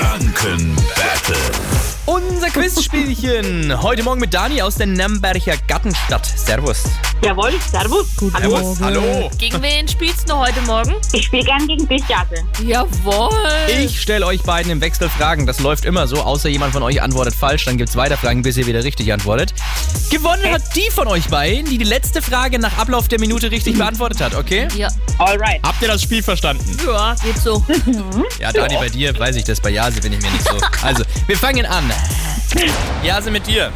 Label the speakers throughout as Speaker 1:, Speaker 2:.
Speaker 1: Franken Battle.
Speaker 2: Unser Quizspielchen. Heute Morgen mit Dani aus der Nürnberger Gartenstadt. Servus.
Speaker 3: Jawohl, Servus. Hallo.
Speaker 2: Hallo.
Speaker 4: Gegen wen spielst du heute Morgen?
Speaker 3: Ich spiele gern gegen dich, Jase.
Speaker 4: Jawohl.
Speaker 2: Ich stelle euch beiden im Wechsel Fragen. Das läuft immer so, außer jemand von euch antwortet falsch. Dann gibt es weiter Fragen, bis ihr wieder richtig antwortet. Gewonnen hat die von euch beiden, die die letzte Frage nach Ablauf der Minute richtig beantwortet hat, okay?
Speaker 4: Ja.
Speaker 3: Alright.
Speaker 5: Habt ihr das Spiel verstanden?
Speaker 4: Ja, geht so.
Speaker 2: Ja, Dani, bei dir weiß ich das. Bei Jase bin ich mir nicht so. Also, wir fangen an. Jase mit dir.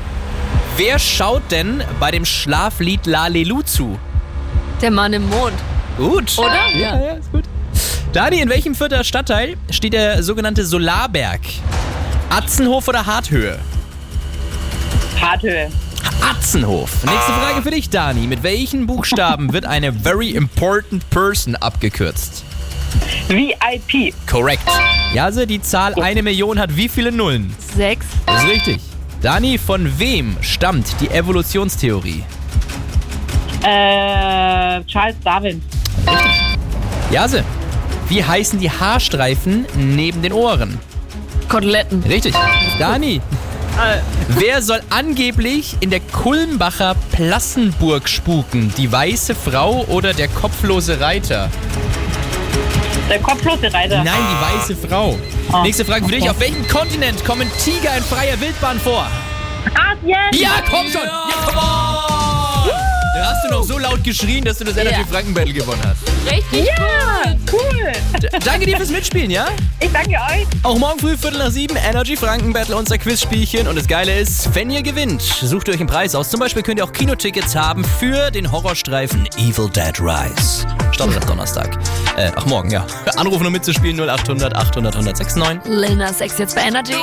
Speaker 2: Wer schaut denn bei dem Schlaflied La Lelu zu?
Speaker 4: Der Mann im Mond.
Speaker 2: Gut.
Speaker 4: Oder?
Speaker 2: Ja, ja, ist gut. Dani, in welchem Vierter Stadtteil steht der sogenannte Solarberg? Atzenhof oder Harthöhe?
Speaker 3: Harthöhe.
Speaker 2: Atzenhof. Nächste Frage für dich, Dani. Mit welchen Buchstaben wird eine Very Important Person abgekürzt?
Speaker 3: VIP.
Speaker 2: Correct. Jase, die Zahl eine Million hat wie viele Nullen?
Speaker 4: Sechs.
Speaker 2: Das ist richtig. Dani, von wem stammt die Evolutionstheorie?
Speaker 3: Äh, Charles Darwin.
Speaker 2: Jase, wie heißen die Haarstreifen neben den Ohren?
Speaker 4: Koteletten.
Speaker 2: Richtig. Dani, wer soll angeblich in der Kulmbacher Plassenburg spuken? Die weiße Frau oder der kopflose Reiter?
Speaker 3: Der kopflose Reiter.
Speaker 2: Nein, die weiße Frau.
Speaker 3: Ah,
Speaker 2: Nächste Frage für dich.
Speaker 3: okay.
Speaker 2: Auf welchem Kontinent kommen Tiger in freier Wildbahn vor?
Speaker 3: Asien.
Speaker 2: Ja, komm schon! Ja, komm on! Da hast du noch so laut geschrien, dass du das Energy Franken Battle gewonnen hast.
Speaker 4: Richtig?
Speaker 3: Ja, cool.
Speaker 2: D danke dir fürs Mitspielen, ja?
Speaker 3: Ich danke euch.
Speaker 2: Auch morgen früh Viertel nach sieben Energy Franken Battle, unser Quizspielchen. Und das Geile ist, wenn ihr gewinnt, sucht euch einen Preis aus. Zum Beispiel könnt ihr auch Kinotickets haben für den Horrorstreifen Evil Dead Rise. Startet ab Donnerstag. Äh, ach, morgen, ja. Anrufen, um mitzuspielen, 0800 800 1069.
Speaker 4: Lena 6 jetzt bei Energy.